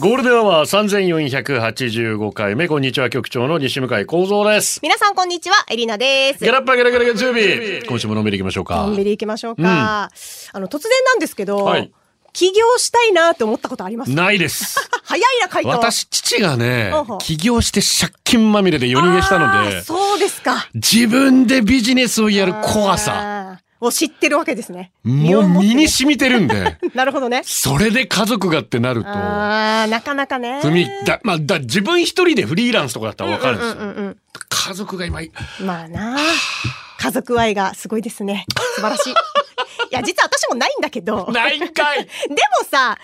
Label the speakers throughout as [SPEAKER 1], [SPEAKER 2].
[SPEAKER 1] ゴールデンは三千四百八十五回目こんにちは局長の西向井光三です。
[SPEAKER 2] 皆さんこんにちは、エリナです
[SPEAKER 1] ギャ。ラッパギャラギャラギャラ準備。今週ものんびりいきましょうか
[SPEAKER 2] のん。びり行きましょうか。
[SPEAKER 1] うん
[SPEAKER 2] あの、突然なんですけど、
[SPEAKER 1] はい
[SPEAKER 2] 起業したいなって思ったことあります
[SPEAKER 1] ないです。
[SPEAKER 2] あ早 いな、回答。
[SPEAKER 1] 私父がね
[SPEAKER 2] ほうほう
[SPEAKER 1] 起業して借金まみれで夜
[SPEAKER 2] あー、
[SPEAKER 1] 逃げしたので
[SPEAKER 2] そうですか。
[SPEAKER 1] 自分でビジネスをやる怖さ
[SPEAKER 2] あー。を知ってるわけですね。
[SPEAKER 1] もう身に
[SPEAKER 2] し。
[SPEAKER 1] 染みてるんで
[SPEAKER 2] なるほどね。
[SPEAKER 1] それで家族がってなると
[SPEAKER 2] あー、なかなかね。
[SPEAKER 1] 踏みだまあだ自分一人でフリーランスとかだったらわかるんですよ、
[SPEAKER 2] うんうん
[SPEAKER 1] 家族が今
[SPEAKER 2] うん。まあな。家族愛がすごいですね。素晴ら しい。いや、実は私もないんだけど。
[SPEAKER 1] ないんかい
[SPEAKER 2] でもさ、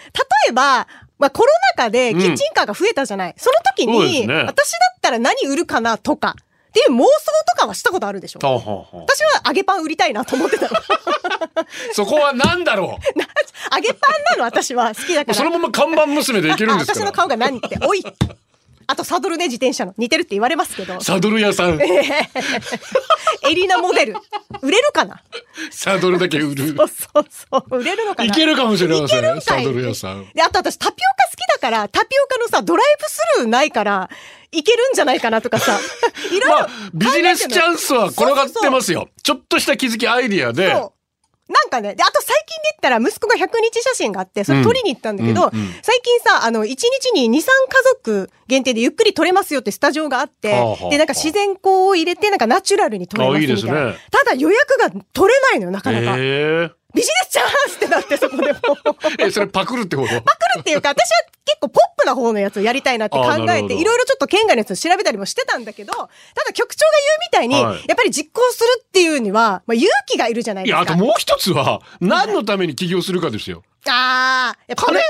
[SPEAKER 2] 例えば、まあ、コロナ禍でキッチンカーが増えたじゃない。その時
[SPEAKER 1] そうで
[SPEAKER 2] に、
[SPEAKER 1] すね
[SPEAKER 2] 私だったら何売るかなとか、っていう妄想とかはしたことあるでしょ
[SPEAKER 1] ほうほうほう
[SPEAKER 2] 私は揚げパン売りたいなと思ってた の。
[SPEAKER 1] そこは何だろう
[SPEAKER 2] 揚げパンなの私は好きだから。
[SPEAKER 1] そのまま看板娘でいけるんです
[SPEAKER 2] あ私
[SPEAKER 1] か
[SPEAKER 2] の
[SPEAKER 1] ら
[SPEAKER 2] 顔が何って、おい。あとサドルね、自転車の。似てるって言われますけど。
[SPEAKER 1] サドル屋さん
[SPEAKER 2] エリナモデル。売れるかな
[SPEAKER 1] サドルだけ売る
[SPEAKER 2] そうそうそう。売れるのかない
[SPEAKER 1] けるかもしれません
[SPEAKER 2] いけるんかい
[SPEAKER 1] サドル屋さん
[SPEAKER 2] で、あと私タピオカ好きだから、タピオカのさ、ドライブスルーないから、いけるんじゃないかなとか さ、いろいろ
[SPEAKER 1] まあ
[SPEAKER 2] 考えてんのよ、。
[SPEAKER 1] ビジネスチャンスは転がってますすよちょっとした気づきアイディアで
[SPEAKER 2] そうなんかね、で、あと最近で言ったら、息子が100日写真があって、それ撮りに行ったんだけど、
[SPEAKER 1] うんうんうん
[SPEAKER 2] 最近さ、あの、1日に2、3家族限定でゆっくり撮れますよってスタジオがあって、
[SPEAKER 1] はあはあ
[SPEAKER 2] で、なんか自然光を入れて、なんかナチュラルに撮れますみたいな。
[SPEAKER 1] あいいですね
[SPEAKER 2] ただ予約が取れないのよ、なかなか。
[SPEAKER 1] えー
[SPEAKER 2] ビジネスチャンスってなって、そこ でもう。
[SPEAKER 1] えそれパクるってこと
[SPEAKER 2] 来るっていうか、私は結構ポップな方のやつをやりたいなって考
[SPEAKER 1] あーなる
[SPEAKER 2] え
[SPEAKER 1] ほど
[SPEAKER 2] て、いろいろちょっと県外のやつを調べたりもしてたんだけど、ただ局長が言うみたいに、
[SPEAKER 1] はい
[SPEAKER 2] やっぱり実行するっていうには、まあ、勇気がいるじゃない
[SPEAKER 1] い
[SPEAKER 2] です
[SPEAKER 1] や
[SPEAKER 2] か。
[SPEAKER 1] あともう一つは何のために起業するかです よ
[SPEAKER 2] あーやっぱこれ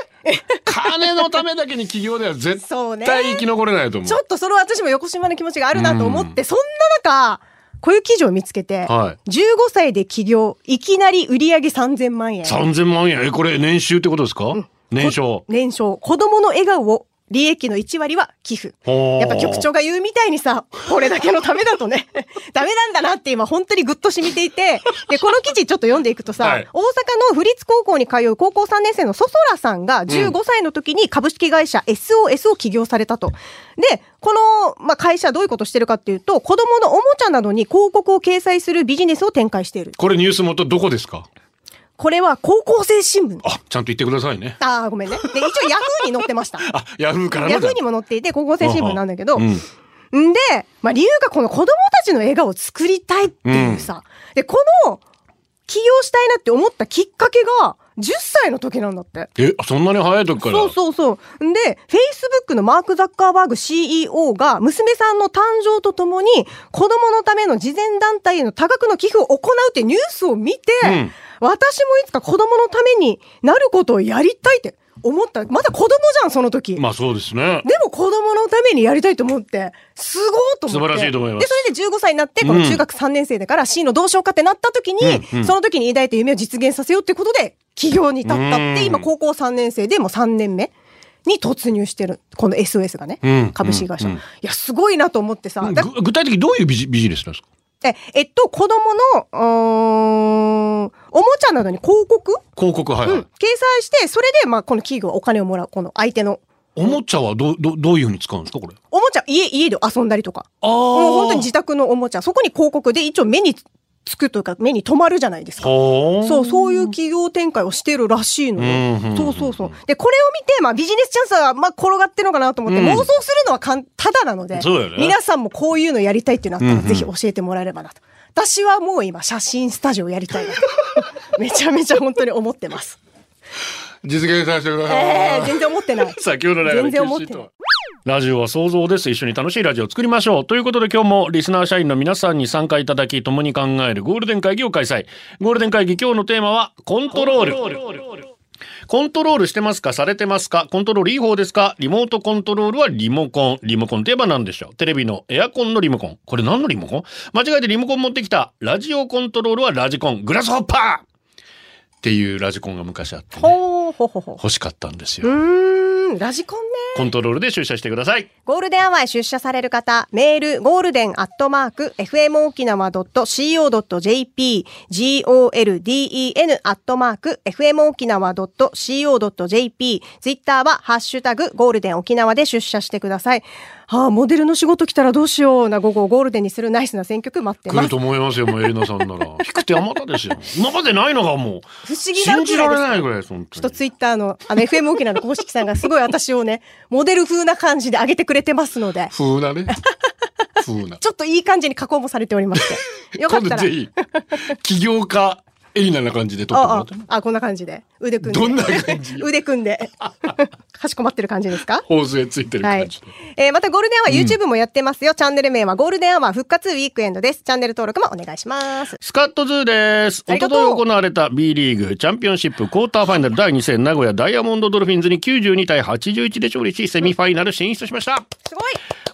[SPEAKER 1] 金のためだけに起業では絶
[SPEAKER 2] そうね。
[SPEAKER 1] 対生き残れないと思う
[SPEAKER 2] ちょっとその私も横島の気持ちがあるなと思って、そんな中、こういう記事を見つけて、
[SPEAKER 1] は
[SPEAKER 2] 15歳で起業、いきなり売上3000万円。
[SPEAKER 1] 3000万円えこれ年収ってことですか、年商
[SPEAKER 2] 年商。子供の笑顔を、利益の1割は寄付。
[SPEAKER 1] ほー
[SPEAKER 2] やっぱ局長が言うみたいにさ、これだけのためだとね、 ダメなんだなって今本当にぐっと染みていて、で、この記事ちょっと読んでいくとさ、
[SPEAKER 1] はい
[SPEAKER 2] 大阪の府立高校に通う高校3年生のそそらさんが15歳の時に株式会社 SOS を起業されたと。で、この、まあ、会社はどういうことしてるかっていうと、子供のおもちゃなどに広告を掲載するビジネスを展開している。
[SPEAKER 1] これニュース元どこですか
[SPEAKER 2] これは高校生新聞。
[SPEAKER 1] あちゃんと言ってくださいね
[SPEAKER 2] ああ、ごめんね。で、一応ヤフーに載ってました。
[SPEAKER 1] あヤフーからの
[SPEAKER 2] ヤフーにも載っていて、高校生新聞なんだけど、
[SPEAKER 1] うん
[SPEAKER 2] んで、まあ、理由がこの子供たちの笑顔を作りたいっていうさ、で、この起業したいなって思ったきっかけが、10歳の時なんだって。
[SPEAKER 1] えそんなに早い時から
[SPEAKER 2] そうそうそう。んで、Facebook のマーク・ザッカーバーグ CEO が、娘さんの誕生とともに、子供のための慈善団体への多額の寄付を行うってニュースを見て、
[SPEAKER 1] ん
[SPEAKER 2] 私もいつか子供のためになることをやりたいって思った。まだ子供じゃん、その時。
[SPEAKER 1] まあそうですね
[SPEAKER 2] でも子供のためにやりたいと思って、すごーと思って。
[SPEAKER 1] 素晴らしいと思います
[SPEAKER 2] で、それで15歳になって、この中学3年生だから、C のどうしようかってなった時に、
[SPEAKER 1] うんうん
[SPEAKER 2] その時に抱いた夢を実現させようってことで、起業に立ったっ
[SPEAKER 1] う
[SPEAKER 2] て、
[SPEAKER 1] ん
[SPEAKER 2] 今高校3年生でもう3年目に突入してる。この SOS がね、
[SPEAKER 1] うん
[SPEAKER 2] 株式会社。
[SPEAKER 1] うんうん
[SPEAKER 2] いや、すごいなと思ってさ。だ
[SPEAKER 1] ぐ具体的にどういうビジビジネスなんですか
[SPEAKER 2] ええっと、子供の、うーん、おもちゃなどに広告、
[SPEAKER 1] 広告はい、
[SPEAKER 2] う
[SPEAKER 1] はい
[SPEAKER 2] ん、掲載して、それで、まあ、この企業はお金をもらう、この相手の。
[SPEAKER 1] おもちゃはどうどうどういうふうに使うんですかこれ
[SPEAKER 2] おもちゃ、家、家で遊んだりとか。
[SPEAKER 1] あ
[SPEAKER 2] もう本当に自宅のおもちゃ、そこに広告で一応目につくというか、目に留まるじゃないですか。
[SPEAKER 1] はあ
[SPEAKER 2] そう、そういう企業展開をしてるらしいの
[SPEAKER 1] うんうんうんう
[SPEAKER 2] よ。
[SPEAKER 1] ん
[SPEAKER 2] そうそうそう。で、これを見て、まあビジネスチャンスは、まあ転がってるのかなと思って、
[SPEAKER 1] うん
[SPEAKER 2] 妄想するのはかんただなので、
[SPEAKER 1] そうだよね
[SPEAKER 2] 皆さんもこういうのやりたいっていうのあった
[SPEAKER 1] うん
[SPEAKER 2] ら、
[SPEAKER 1] うん
[SPEAKER 2] ぜひ教えてもらえればなと。私はもう今、写真スタジオやりたい なと。めちゃめちゃ本当に思ってます。
[SPEAKER 1] 実現させてくだ
[SPEAKER 2] ええ全然思ってない。
[SPEAKER 1] 先ほどの流れ
[SPEAKER 2] 全然
[SPEAKER 1] 禁
[SPEAKER 2] 思っ
[SPEAKER 1] 止
[SPEAKER 2] て
[SPEAKER 1] と
[SPEAKER 2] ない
[SPEAKER 1] は。ラジオは想像です。一緒に楽しいラジオを作りましょう。ということで今日もリスナー社員の皆さんに参加いただき、共に考えるゴールデン会議を開催。ゴールデン会議今日のテーマはコントロール。
[SPEAKER 3] コントロールしてますかされてますかコントロールいい方ですかリモートコントロールはリモコン。リモコンといえば何でしょうテレビのエアコンのリモコン。これ何のリモコン間違えてリモコン持ってきた。ラジオコントロールはラジコン。グラスホッパーっていうラジコンが昔あって、ね、
[SPEAKER 2] ほうほうほうほ
[SPEAKER 3] 欲しかったんです
[SPEAKER 2] う。
[SPEAKER 3] よ。
[SPEAKER 2] うーん、ラジコンね。
[SPEAKER 3] コントロールで出社してください。
[SPEAKER 2] ゴールデンアワーへ出社される方、メール、ゴールデンアットマーク、fmokinawa.co.jp、golden アットマーク、fmokinawa.co.jp、ツイッターは、ハッシュタグ、ゴールデン沖縄で出社してください。ああ、モデルの仕事来たらどうしような午後をゴールデンにするナイスな選曲待って
[SPEAKER 3] 来
[SPEAKER 2] ま
[SPEAKER 3] る
[SPEAKER 2] す。
[SPEAKER 3] と思いますよ、もうエリナさんな ら。引く手あまたですよ。今までないのがもう。
[SPEAKER 2] 不思議な
[SPEAKER 3] 信じられないぐらいです、本
[SPEAKER 2] ちょっ
[SPEAKER 3] 当
[SPEAKER 2] と
[SPEAKER 3] に。
[SPEAKER 2] ツイッターの、あの、FM 沖縄の公式さんがすごい私をね、モデル風な感じで上げてくれてますので。
[SPEAKER 3] 風 なね。風な。
[SPEAKER 2] ちょっといい感じに加工もされておりまして。よかっ
[SPEAKER 3] 今
[SPEAKER 2] た
[SPEAKER 3] 度
[SPEAKER 2] ら。
[SPEAKER 3] ぜひ、起業家エリナな感じで撮ってもら
[SPEAKER 2] あ
[SPEAKER 3] っ
[SPEAKER 2] あ
[SPEAKER 3] ても。
[SPEAKER 2] あ、こんな感じで。腕組んで。
[SPEAKER 3] どんな感じ
[SPEAKER 2] 腕組んで。 かしこまってる感じですか
[SPEAKER 3] 頬杖ついてる
[SPEAKER 2] は
[SPEAKER 3] 感
[SPEAKER 2] い
[SPEAKER 3] じで。。
[SPEAKER 2] えーまたゴールデンアワー YouTube もやってますよ。チャンネル名はゴールデンアワー復活ウィークエンドです。チャンネル登録もお願いします。
[SPEAKER 3] スカットズーです。
[SPEAKER 2] あ
[SPEAKER 3] 一
[SPEAKER 2] りが
[SPEAKER 3] 昨
[SPEAKER 2] とう
[SPEAKER 3] 日行われた B リーグチャンピオンシップクォーターファイナル第2戦名古屋ダイヤモンドドルフィンズに92対81で勝利し、セミファイナル進出しました。
[SPEAKER 2] すごい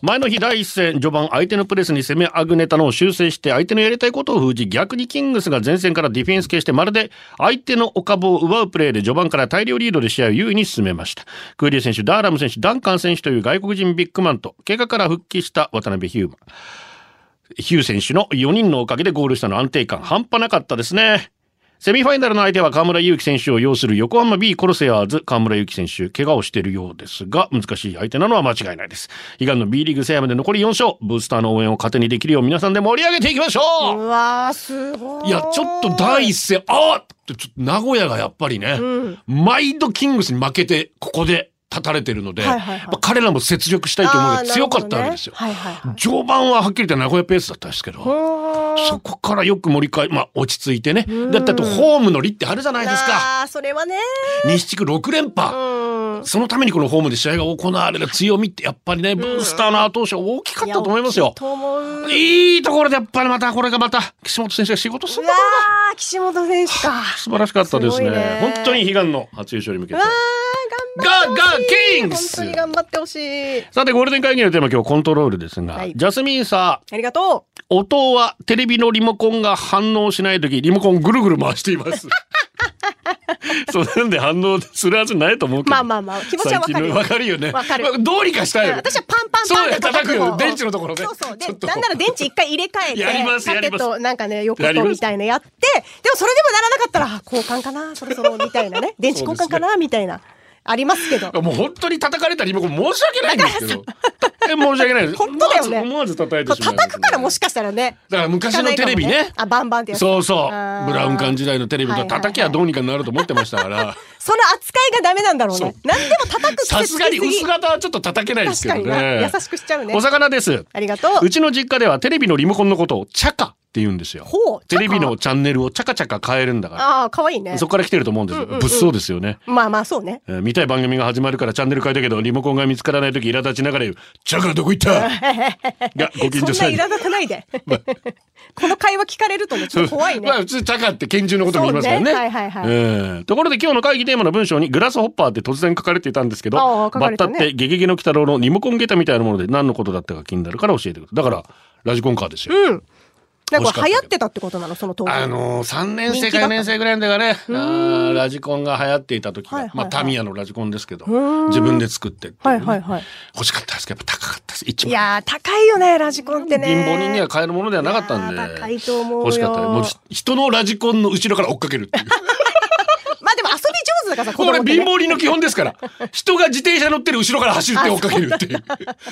[SPEAKER 3] 前の日第一戦、序盤相手のプレスに攻めあぐねたのを修正して相手のやりたいことを封じ、逆にキングスが前線からディフェンス系してまるで相手のお株を奪うプレーで序盤から大量リードで試合を優位に進めました。クーリー選手、ダーラム選手、ダンカン選手という外国人ビッグマンと、怪我から復帰した渡辺ヒューマン。ヒュー選手の4人のおかげでゴール下の安定感、半端なかったですね。セミファイナルの相手は河村勇輝選手を擁する横浜 B コロセアーズ河村勇輝選手怪我をしているようですが難しい相手なのは間違いないです悲願の B リーグ制覇まで残り4勝ブースターの応援を糧にできるよう皆さんで盛り上げていきまし
[SPEAKER 2] う
[SPEAKER 3] ょう
[SPEAKER 2] わー、すごい。
[SPEAKER 3] いやちょっと第一戦あーってちょっと名古屋がやっぱりね、
[SPEAKER 2] うん
[SPEAKER 3] 毎度キングスに負けてここで立たれてるので、
[SPEAKER 2] はいはいはい
[SPEAKER 3] やっぱ彼らも雪辱したいという思いが強かったわけですよ、
[SPEAKER 2] あーなるほどねはいはいはい。
[SPEAKER 3] 序盤ははっきり言って名古屋ペースだったんですけど、
[SPEAKER 2] ほー
[SPEAKER 3] そこからよく盛り返まあ落ち着いてね。
[SPEAKER 2] うん
[SPEAKER 3] だってあとホームの利ってあるじゃないですか。
[SPEAKER 2] あーそれはね。
[SPEAKER 3] 西地区6連覇。
[SPEAKER 2] うん。
[SPEAKER 3] そのためにこのホームで試合が行われる強みってやっぱりね、ブースターの後押しは大きかったと思います
[SPEAKER 2] や
[SPEAKER 3] よ
[SPEAKER 2] 大き。と思う。
[SPEAKER 3] いいところでやっぱりまたこれがまた岸本選手が仕事す
[SPEAKER 2] う
[SPEAKER 3] る
[SPEAKER 2] わー、岸本選手か。
[SPEAKER 3] 素晴らしかったですね
[SPEAKER 2] すごいね
[SPEAKER 3] 本当に悲願の初優勝に向け
[SPEAKER 2] う
[SPEAKER 3] て
[SPEAKER 2] わ。ー、頑張ってほしい。
[SPEAKER 3] ガガキングス
[SPEAKER 2] 本当に頑張ってほしい。
[SPEAKER 3] さてゴールデン会議のテーマ今日コントロールですが、
[SPEAKER 2] はい
[SPEAKER 3] ジャスミンさん
[SPEAKER 2] ありがとう。
[SPEAKER 3] 音はテレビのリモコンが反応しない時リモコンぐるぐる回しています そうなんで反応するはずないと思うけど
[SPEAKER 2] まあまあまあ、気持ちはわかるよ。
[SPEAKER 3] わかるよね。
[SPEAKER 2] わかる
[SPEAKER 3] まあどうにかしたいよね。
[SPEAKER 2] 私はパンパンパン
[SPEAKER 3] そうや叩く
[SPEAKER 2] 方
[SPEAKER 3] よ。
[SPEAKER 2] を
[SPEAKER 3] 電池のところね。
[SPEAKER 2] そうそう。で、
[SPEAKER 3] ちょっと
[SPEAKER 2] なんなら電池一回入れ替えて、
[SPEAKER 3] やりますやります
[SPEAKER 2] 縦となんかね、横
[SPEAKER 3] やり
[SPEAKER 2] と
[SPEAKER 3] ます
[SPEAKER 2] みたいなやって、でもそれでもならなかったら、あ交換かな、そろそろみたい なね。電池交換かな、みたいな。ありますけど。
[SPEAKER 3] もう本当に叩かれたリモコン申し訳ないんですけど。え申し訳ないで す。
[SPEAKER 2] 本当だよね
[SPEAKER 3] 思わず叩いてしまう。
[SPEAKER 2] 叩くからもしかしたらね。
[SPEAKER 3] だから昔のテレビ
[SPEAKER 2] 聞かないかも
[SPEAKER 3] ね。
[SPEAKER 2] あ、バンバンってやつ
[SPEAKER 3] そうそう。ブ
[SPEAKER 2] あー
[SPEAKER 3] ラウン管時代のテレビ
[SPEAKER 2] はい
[SPEAKER 3] と
[SPEAKER 2] はいはい
[SPEAKER 3] 叩きはどうにかなると思ってましたから。
[SPEAKER 2] その扱いがダメなんだろうね。何でも叩く癖
[SPEAKER 3] さ
[SPEAKER 2] つ
[SPEAKER 3] す
[SPEAKER 2] き
[SPEAKER 3] がに
[SPEAKER 2] ぎ
[SPEAKER 3] 薄型はちょっと叩けないです
[SPEAKER 2] 確
[SPEAKER 3] けど
[SPEAKER 2] かにな。
[SPEAKER 3] ね
[SPEAKER 2] 優。しくしちゃうね
[SPEAKER 3] お。魚です。
[SPEAKER 2] ありがとう。
[SPEAKER 3] うちの実家ではテレビのリモコンのことをチャカって言うんですよ。
[SPEAKER 2] ほう
[SPEAKER 3] テレビのチャンネルをチャカチャカ変えるんだか
[SPEAKER 2] ああ、可愛いね
[SPEAKER 3] ら。そ。こから来てると思うんです。物騒ですよね。
[SPEAKER 2] まあまあ、そうね。
[SPEAKER 3] えー見たい番組が始まるからチャンネル変えたけどリモコンが見つからない時苛立ちながら言う「チャカどこ 行った!」がご近
[SPEAKER 2] そ
[SPEAKER 3] 所
[SPEAKER 2] んな
[SPEAKER 3] さ
[SPEAKER 2] 苛
[SPEAKER 3] んに。
[SPEAKER 2] 立たないで。この会話聞かれるとね、ちょっと怖いね。
[SPEAKER 3] まあ普通チャカって拳銃のことも言いますからね。
[SPEAKER 2] そうねはいはいはい
[SPEAKER 3] えーところで今日の会議テーマの文章にグラスホッパーって突然書かれていたんですけど、
[SPEAKER 2] ああ書か
[SPEAKER 3] バ
[SPEAKER 2] れ
[SPEAKER 3] ッ
[SPEAKER 2] た
[SPEAKER 3] タ
[SPEAKER 2] ね
[SPEAKER 3] ってゲゲゲの鬼太郎のリモコンゲタみたいなもので何のことだったか気になるから教えてください。だからラジコンカーですよ。
[SPEAKER 2] なんかこれ流行ってたってことなの、その当時。
[SPEAKER 3] あのー、3年
[SPEAKER 2] 人
[SPEAKER 3] 生
[SPEAKER 2] 気だ
[SPEAKER 3] か
[SPEAKER 2] った
[SPEAKER 3] 4年生ぐらいの時がね、あーラジコンが流行っていた時
[SPEAKER 2] は
[SPEAKER 3] が、
[SPEAKER 2] いはいはい
[SPEAKER 3] まあタミヤのラジコンですけど
[SPEAKER 2] ーん、
[SPEAKER 3] 自分で作ってっていう
[SPEAKER 2] は
[SPEAKER 3] ね、
[SPEAKER 2] いはいはい。
[SPEAKER 3] 欲しかったですけどやっぱ高かったです。一
[SPEAKER 2] い
[SPEAKER 3] 番
[SPEAKER 2] やー、高いよね、ラジコンってね。
[SPEAKER 3] 貧乏人には買えるものではなかったん
[SPEAKER 2] いやー
[SPEAKER 3] で。
[SPEAKER 2] 高いと思うよ
[SPEAKER 3] 欲しかったね。もうひ人のラジコンの後ろから追っかける っていう。
[SPEAKER 2] まあでも遊び上手だからさ、子
[SPEAKER 3] これ
[SPEAKER 2] 供ってね
[SPEAKER 3] 貧乏人の基本ですから。人が自転車乗ってる後ろから走って追っかけるって いう。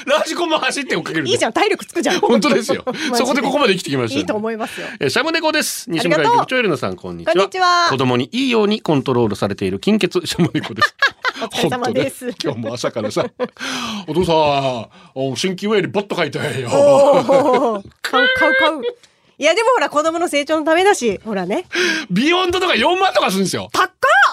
[SPEAKER 3] ラジコンも走って追っかける。
[SPEAKER 2] いいじゃん、体力つくじゃん。
[SPEAKER 3] 本当ですよ
[SPEAKER 2] マジ。
[SPEAKER 3] そこでここまで生きてきましたよね
[SPEAKER 2] いいと思いますよ。
[SPEAKER 3] えーシャムネコです。西
[SPEAKER 2] あ
[SPEAKER 3] 村
[SPEAKER 2] りがとう
[SPEAKER 3] 局長エレナさん、こんにちは。
[SPEAKER 2] こんにちは
[SPEAKER 3] 子供にいいようにコントロールされている金欠シャムネ コです。
[SPEAKER 2] お疲れ様です
[SPEAKER 3] 本当ね今日も朝からさ、お父さん、新規ウェイにバッと書いてよ。
[SPEAKER 2] おー買う買う買う。いやでもほら子供の成長のためだし、ほらね。
[SPEAKER 3] ビヨンドとか4万とかするんですよ。
[SPEAKER 2] 高っ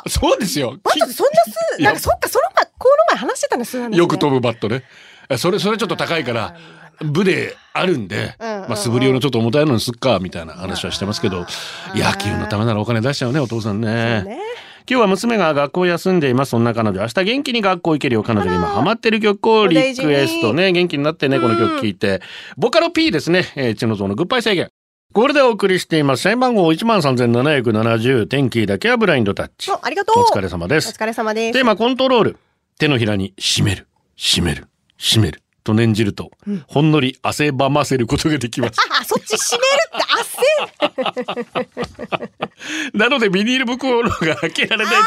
[SPEAKER 3] そうですよ。
[SPEAKER 2] バットってそんな数、
[SPEAKER 3] い
[SPEAKER 2] な
[SPEAKER 3] や
[SPEAKER 2] んかそっか、その前、この前話してたね、数なんですね
[SPEAKER 3] よく飛ぶバットね。えそれ、それちょっと高いから、部であるんで、
[SPEAKER 2] うんうんうん
[SPEAKER 3] まあ素振り用のちょっと重たいのにすっか、みたいな話はしてますけど、野球のためならお金出しちゃうね、お父さんね。
[SPEAKER 2] ね
[SPEAKER 3] 今日は娘が学校休んでいます。そんな彼女、明日元気に学校行けるよ。彼女が今ハマってる曲をリクエストね。元気になってね、この曲聴いて。ボカロ P ですね。えー、ちのぞのグッバイ制限。これでお送りしています。社員番号13,770。天気だけはブラインドタッチ。
[SPEAKER 2] おありがとう
[SPEAKER 3] お疲れ様で
[SPEAKER 2] お
[SPEAKER 3] す。
[SPEAKER 2] 疲れ様です
[SPEAKER 3] テーマコントロール。手のひらに締める、締める、締めると念じると、ほんのり汗ばませることができます。
[SPEAKER 2] あ そっち閉めるって汗
[SPEAKER 3] なのでビニール袋が開けられないとき、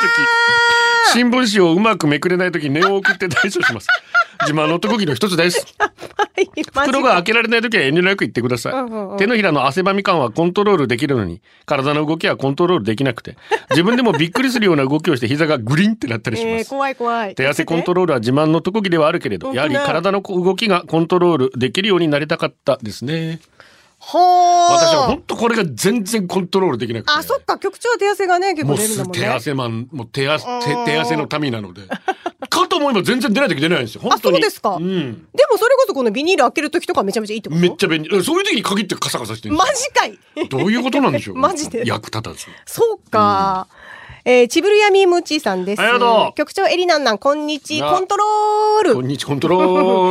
[SPEAKER 3] 新聞紙をうまくめくれないとき、念を送って対処 します。自慢の特技の一つです。
[SPEAKER 2] はいマジ
[SPEAKER 3] 袋
[SPEAKER 2] か
[SPEAKER 3] が開けられないときは遠慮なく言ってください、
[SPEAKER 2] うんうんうん
[SPEAKER 3] 手のひらの汗ばみ感はコントロールできるのに、体の動きはコントロールできなくて、自分でもびっくりするような動きをして膝がグリンってなったりします。
[SPEAKER 2] えー、怖い怖い
[SPEAKER 3] 手汗コントロールは自慢の特技ではあるけれど、
[SPEAKER 2] 本
[SPEAKER 3] や
[SPEAKER 2] 当
[SPEAKER 3] は
[SPEAKER 2] だ
[SPEAKER 3] り体の動きがコントロールできるようになりたかったですね。
[SPEAKER 2] ほー
[SPEAKER 3] 私は本当これが全然コントロールできなくて。
[SPEAKER 2] あそっか局長は手汗がね結構
[SPEAKER 3] もう
[SPEAKER 2] 出るんだ
[SPEAKER 3] す
[SPEAKER 2] もんね
[SPEAKER 3] 手汗マン、もう手汗、手手汗の民なので。かと思えば全然出ない時出ないんですよ。本当
[SPEAKER 2] あ
[SPEAKER 3] に。
[SPEAKER 2] そうですか
[SPEAKER 3] ん。
[SPEAKER 2] でもそれこそこのビニール開ける時とかめちゃめちゃいいってこと
[SPEAKER 3] めっちゃ便利。そういう時に限ってカサカサしてるんで
[SPEAKER 2] マ
[SPEAKER 3] すよ
[SPEAKER 2] ジかい
[SPEAKER 3] どういうことなんでしょ う
[SPEAKER 2] マジで
[SPEAKER 3] 役立たず。
[SPEAKER 2] そうか、えー、ちぶるやみーむちーさんです
[SPEAKER 3] ありがとう
[SPEAKER 2] 局長エリナンナンこんにち
[SPEAKER 3] な
[SPEAKER 2] コントロー
[SPEAKER 3] こん
[SPEAKER 2] ル
[SPEAKER 3] にちはコントロ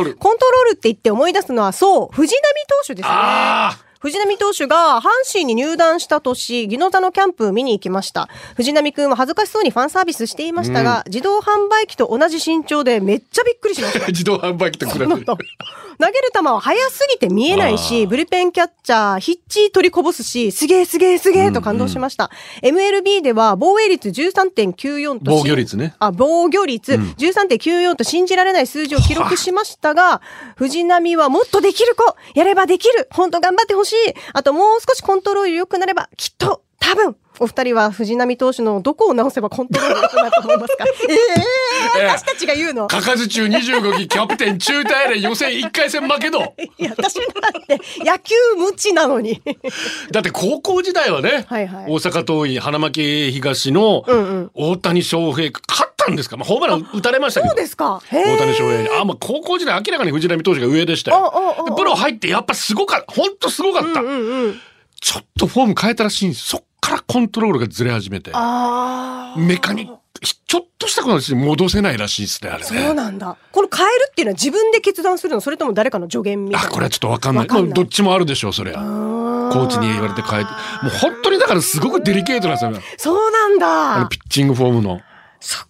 [SPEAKER 3] ール。
[SPEAKER 2] コントロールって言って思い出すのはそう藤波投手ですね
[SPEAKER 3] ああ
[SPEAKER 2] 藤波投手が阪神に入団した年、宜野座のキャンプ見に行きました。藤波くんは恥ずかしそうにファンサービスしていましたが、自動販売機と同じ身長でめっちゃびっくりしました。
[SPEAKER 3] 自動販売機と比べ
[SPEAKER 2] なん
[SPEAKER 3] て。
[SPEAKER 2] と投げる球は速すぎて見えない
[SPEAKER 3] あ
[SPEAKER 2] し、
[SPEAKER 3] ー
[SPEAKER 2] ブルペンキャッチャー、ヒッチー取りこぼすし、すげえすげえすげえと感動しました。MLB では防衛率13.94と、
[SPEAKER 3] 防御率ね
[SPEAKER 2] あ、防御率13.94と信じられない数字を記録しましたが、藤波はもっとできる子やればできる本当頑張ってほしいあともう少しコントロール良くなれば、きっと、多分お二人は藤波投手のどこを直せばコントロール良くなると思います かええ
[SPEAKER 3] ええ
[SPEAKER 2] 私たちが言うの
[SPEAKER 3] 書かず中25期キャプテン中退やれ予選1回戦負けど
[SPEAKER 2] いや、私だって野球無知なのに。
[SPEAKER 3] だって高校時代はね、
[SPEAKER 2] はいはい
[SPEAKER 3] 大阪桐蔭花巻東の
[SPEAKER 2] んうん
[SPEAKER 3] 大谷翔平勝ったんですか、まあ、ホームラン打たれましたけ
[SPEAKER 2] そ
[SPEAKER 3] ど
[SPEAKER 2] うですか。へ
[SPEAKER 3] 大
[SPEAKER 2] え。
[SPEAKER 3] 谷翔平にあ、まあ、高校時代明らかに藤浪投手が上でしたよ
[SPEAKER 2] おうおうおうおう
[SPEAKER 3] でプロ入ってやっぱすごかったほんとすごかった、
[SPEAKER 2] うんうん。
[SPEAKER 3] ちょっとフォーム変えたらしいんですそっからコントロールがずれ始めて
[SPEAKER 2] ああ。
[SPEAKER 3] メカニックちょっとしたことに戻せないらしいですねあれね
[SPEAKER 2] そうなんだ。この変えるっていうのは自分で決断するのそれとも誰かの助言みたいな。
[SPEAKER 3] あこれはちょっとわかんない
[SPEAKER 2] わかんない
[SPEAKER 3] まあどっちもあるでしょうそりゃコーチに言われて変えてもう本当にだからすごくデリケートなんですよ
[SPEAKER 2] そうなん
[SPEAKER 3] あの
[SPEAKER 2] だ。
[SPEAKER 3] ピッチングフォームの
[SPEAKER 2] そっ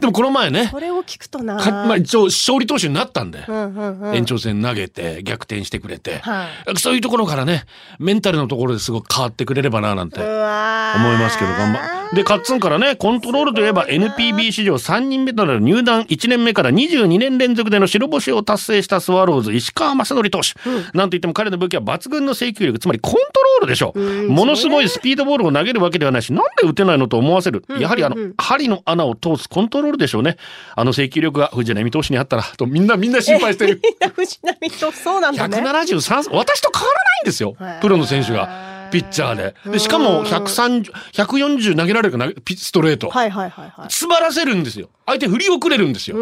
[SPEAKER 3] でもこの前ね
[SPEAKER 2] これを聞くとな。
[SPEAKER 3] かまあ、一応勝利投手になったんで、
[SPEAKER 2] うんうんうん。
[SPEAKER 3] 延長戦投げて逆転してくれて、
[SPEAKER 2] は
[SPEAKER 3] そういうところからねメンタルのところですごく変わってくれればななんて
[SPEAKER 2] うわー
[SPEAKER 3] 思いますけど頑張でカッツンからねコントロールといえば NPB 史上3人目となる入団1年目から22年連続での白星を達成したスワローズ石川雅規投手、なんといっても彼の武器は抜群の制球力つまりコントロールでしょう、ものすごいスピードボールを投げるわけではないしなんで打てないのと思わせる、やはりあの針の穴を通すコントロールでしょうねあの制球力が藤浪投手にあったらとみんなみんな心配してる
[SPEAKER 2] みんな藤波とそうなんだね。
[SPEAKER 3] 173私と変わらないんですよプロの選手がピッチャーででしかも130 140投げられるかなピストレート
[SPEAKER 2] はいはいはいはい。
[SPEAKER 3] 詰まらせるんですよ相手振り遅れるんですよ
[SPEAKER 2] う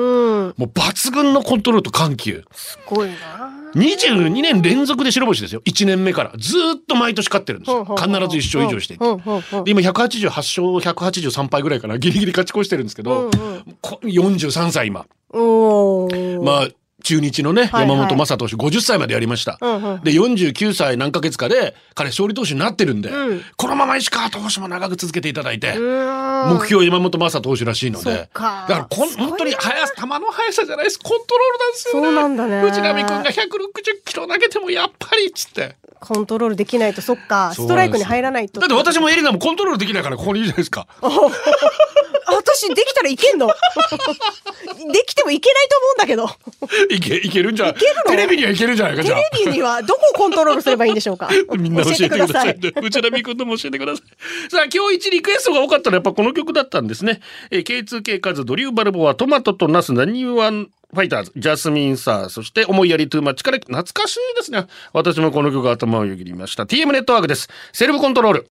[SPEAKER 2] ん。
[SPEAKER 3] もう抜群のコントロールと緩急
[SPEAKER 2] すごいな。
[SPEAKER 3] 22年連続で白星ですよ1年目からずーっと毎年勝ってるんですよ
[SPEAKER 2] ほうほう
[SPEAKER 3] 必
[SPEAKER 2] ほ
[SPEAKER 3] ず
[SPEAKER 2] う
[SPEAKER 3] 1勝以上していて
[SPEAKER 2] うんうんうん。
[SPEAKER 3] で今188勝183敗ぐらいかなギリギリ勝ち越してるんですけど、こ43歳今
[SPEAKER 2] おお。
[SPEAKER 3] まあ、中日のね、
[SPEAKER 2] はい
[SPEAKER 3] 山本昌投手50歳までやりました。
[SPEAKER 2] うんうん
[SPEAKER 3] で、49歳何ヶ月かで、彼勝利投手になってるんで、
[SPEAKER 2] うん
[SPEAKER 3] このまま石川投手も長く続けていただいて、
[SPEAKER 2] うん
[SPEAKER 3] 目標山本昌投手らしいの
[SPEAKER 2] そ
[SPEAKER 3] で
[SPEAKER 2] っ、か
[SPEAKER 3] だからこん
[SPEAKER 2] すごいな
[SPEAKER 3] 本当に速さ、球の速さじゃないです。コントロールなんですよね。
[SPEAKER 2] そうなんだね
[SPEAKER 3] 藤浪君が160キロ投げてもやっぱりっつって。
[SPEAKER 2] コントロールできないとそっかストライクに入らないと
[SPEAKER 3] だって私もエリナもコントロールできないからここにいるじゃないですか。
[SPEAKER 2] あ私できたらいけんの できてもいけないと思うんだけど
[SPEAKER 3] いけ、いけるんじゃない
[SPEAKER 2] けるの
[SPEAKER 3] テレビにはいけるんじゃないか、じ
[SPEAKER 2] テ
[SPEAKER 3] ゃあ。
[SPEAKER 2] レビにはどこをコントロールすればいいんでしょうか
[SPEAKER 3] みんな教えてください。
[SPEAKER 2] 教えてくだ
[SPEAKER 3] うちらみくんとも教えてください。さあ、今日一リクエストが多かったのはやっぱこの曲だったんですね。えー、K2K カズ、ドリューバルボア、トマトとナス、ナニワンファイターズ、ジャスミンサー、そして思いやりトゥーマッチから懐かしいですね。私もこの曲頭をよぎりました。TM ネットワークです。セルフコントロール。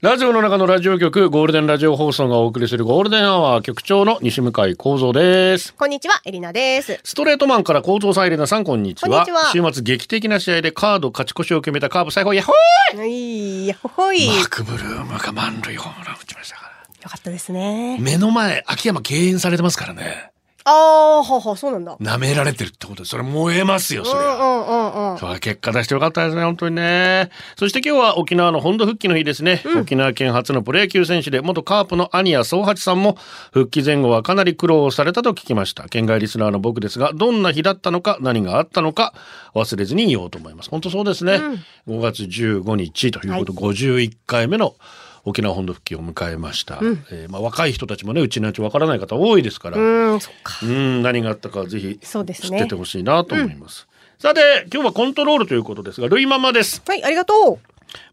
[SPEAKER 3] ラジオの中のラジオ局、ゴールデンラジオ放送がお送りするゴールデンアワー局長の西向井幸三です。
[SPEAKER 2] こんにちはエリナです
[SPEAKER 3] ストレートマンから高藤サイレナさん、こんにちは。
[SPEAKER 2] こんにちは
[SPEAKER 3] 週末、劇的な試合でカード勝ち越しを決めたカーブ最高、ヤッホー
[SPEAKER 2] いいやほほい
[SPEAKER 3] マーク・ブルームが満塁ホームラン打ちましたから。
[SPEAKER 2] よかったですね。
[SPEAKER 4] 目の前、秋山敬遠されてますからね。
[SPEAKER 2] ああー、はは、そうなんだ。
[SPEAKER 4] 舐められてるってことで、それ燃えますよ、
[SPEAKER 2] うん
[SPEAKER 4] それ
[SPEAKER 2] う
[SPEAKER 4] は。
[SPEAKER 2] んうんうん。
[SPEAKER 3] そう結果出してよかったですね、本当にね。そして今日は沖縄の本土復帰の日ですね。沖縄県初のプロ野球選手で、元カープの兄谷総八さんも、復帰前後はかなり苦労されたと聞きました。県外リスナーの僕ですが、どんな日だったのか、何があったのか、忘れずに言おうと思います。本当そうですね。5月15日ということ、51回目の、沖縄本土復帰を迎えました、えーまあ、若い人たちもねうちのうちわからない方多いですから、
[SPEAKER 2] うん、そっか。
[SPEAKER 3] うん、何があったかぜひ知
[SPEAKER 2] そう
[SPEAKER 3] っ
[SPEAKER 2] ですね
[SPEAKER 3] ててほしいなと思います。さて、今日はコントロールということですが、ルイママです。
[SPEAKER 2] はい、ありがと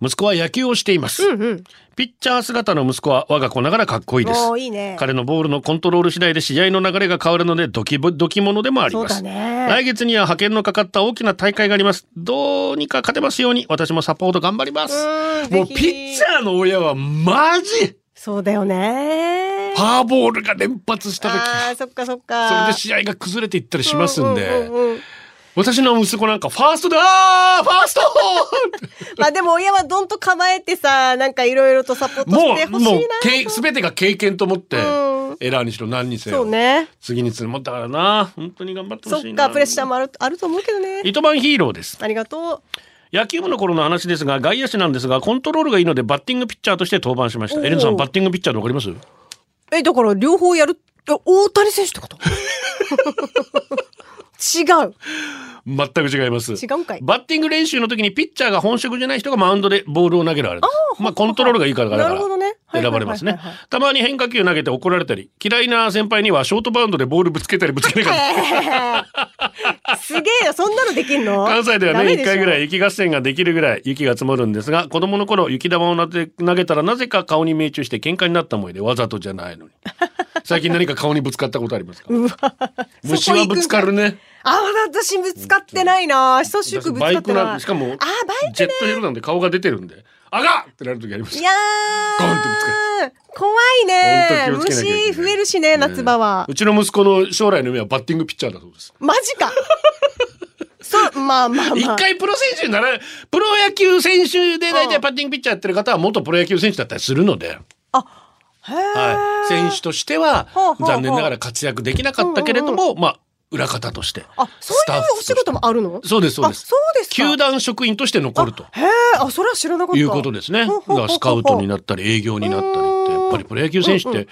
[SPEAKER 3] 息子は野球をしています。
[SPEAKER 2] う。うんうん。
[SPEAKER 3] ピッチャー姿の息子は我が子ながらかっこいいです
[SPEAKER 2] お。ーいいね。
[SPEAKER 3] 彼のボールのコントロール次第で試合の流れが変わるのでドキボドキものでもあります
[SPEAKER 2] そうだね
[SPEAKER 3] 来月には派遣のかかった大きな大会がありますどうにか勝てますように私もサポート頑張ります
[SPEAKER 2] うん
[SPEAKER 4] もう
[SPEAKER 2] ぜ
[SPEAKER 4] ピ
[SPEAKER 2] ひ
[SPEAKER 4] ッチャーの親はマジ
[SPEAKER 2] そうだよね。
[SPEAKER 4] フォアボールが連発した時
[SPEAKER 2] ああ、そっかそっ
[SPEAKER 4] それ
[SPEAKER 2] か。
[SPEAKER 4] で試合が崩れていったりしますん
[SPEAKER 2] う
[SPEAKER 4] で
[SPEAKER 2] ううんうん
[SPEAKER 4] 私の息子なんかファーストであーファー スト
[SPEAKER 2] まあでも親はどんと構えてさ、なんかいろいろとサポート
[SPEAKER 4] も
[SPEAKER 2] して
[SPEAKER 4] う
[SPEAKER 2] ほしいな。
[SPEAKER 4] もうけい全てが経験と思って
[SPEAKER 2] うん
[SPEAKER 4] エラーにしろ何にせ
[SPEAKER 2] そ
[SPEAKER 4] よ
[SPEAKER 2] うね。
[SPEAKER 3] 次につもったからな本当に頑張ってほ
[SPEAKER 2] そ
[SPEAKER 3] しい
[SPEAKER 2] っ
[SPEAKER 3] な
[SPEAKER 2] か、プレッシャーもあるあると思うけどね。
[SPEAKER 3] 糸満ヒーローです
[SPEAKER 2] ありがと
[SPEAKER 3] 野球部の頃の話ですが外野手なんですがコントロールがいいのでバッティングピッチャーとして登板しまし
[SPEAKER 2] お
[SPEAKER 3] た
[SPEAKER 2] ー
[SPEAKER 3] エレンさんバッティングピッチャーでわかります
[SPEAKER 2] う。え、だから両方やる、あ大谷選手 ってこと違う。
[SPEAKER 3] 全く違います
[SPEAKER 2] 違うんかい
[SPEAKER 3] バッティング練習の時にピッチャーが本職じゃない人がマウンドでボールを投げるあれですまあコントロールがいいからだから
[SPEAKER 2] なるほどねはい
[SPEAKER 3] 選
[SPEAKER 2] はいはいはい
[SPEAKER 3] ばれますねたまに変化球投げて怒られたり嫌いな先輩にはショートバウンドでボールぶつけたりぶつけな かったり
[SPEAKER 2] すげえよ、そんなのできんの
[SPEAKER 3] 関西では
[SPEAKER 2] ダメ
[SPEAKER 3] ね
[SPEAKER 2] し
[SPEAKER 3] 1
[SPEAKER 2] ょ
[SPEAKER 3] 回ぐらい雪合戦ができるぐらい雪が積もるんですが子供の頃雪玉を投げ投げたらなぜか顔に命中して喧嘩になった思いでわざとじゃないのに最近何か顔にぶつかったことありますか
[SPEAKER 2] うわ
[SPEAKER 3] 虫はぶつかるね
[SPEAKER 2] あ、私ぶつかってないな。久しくぶつか
[SPEAKER 3] バイ
[SPEAKER 2] って
[SPEAKER 3] ク
[SPEAKER 2] な。
[SPEAKER 3] ないんしかも
[SPEAKER 2] あ、バイ
[SPEAKER 3] ジェットヘルなんで顔が出てるんであがっってなる時ありま
[SPEAKER 2] ク。い
[SPEAKER 3] した
[SPEAKER 2] や
[SPEAKER 3] ゴンってぶつか
[SPEAKER 2] ー。怖いね。
[SPEAKER 3] 本当気をつけなきゃいけない
[SPEAKER 2] 虫増えるしね、夏場は。
[SPEAKER 3] うちの息子の将来の夢はバッティングピッチャーだそうです
[SPEAKER 2] マジか。そう、まあまあまあ。
[SPEAKER 3] 一回プロ選手にならプロ野球選手で大体バッティングピッチャーやってる方は元プロ野球選手だったりするので
[SPEAKER 2] へー
[SPEAKER 3] はい、選手としては
[SPEAKER 2] ほうほうほう
[SPEAKER 3] 残念ながら活躍できなかったけれども、まあ裏方として
[SPEAKER 2] あ、そういうお仕事もあるの
[SPEAKER 3] そうですそうです
[SPEAKER 2] あそうですか
[SPEAKER 3] 球団職員として残ると
[SPEAKER 2] へえ、あ、それは知らなかった。
[SPEAKER 3] いうことですねだ
[SPEAKER 2] ほうほうほう
[SPEAKER 3] からスカウトになったり営業になったりってやっぱりプロ野球選手って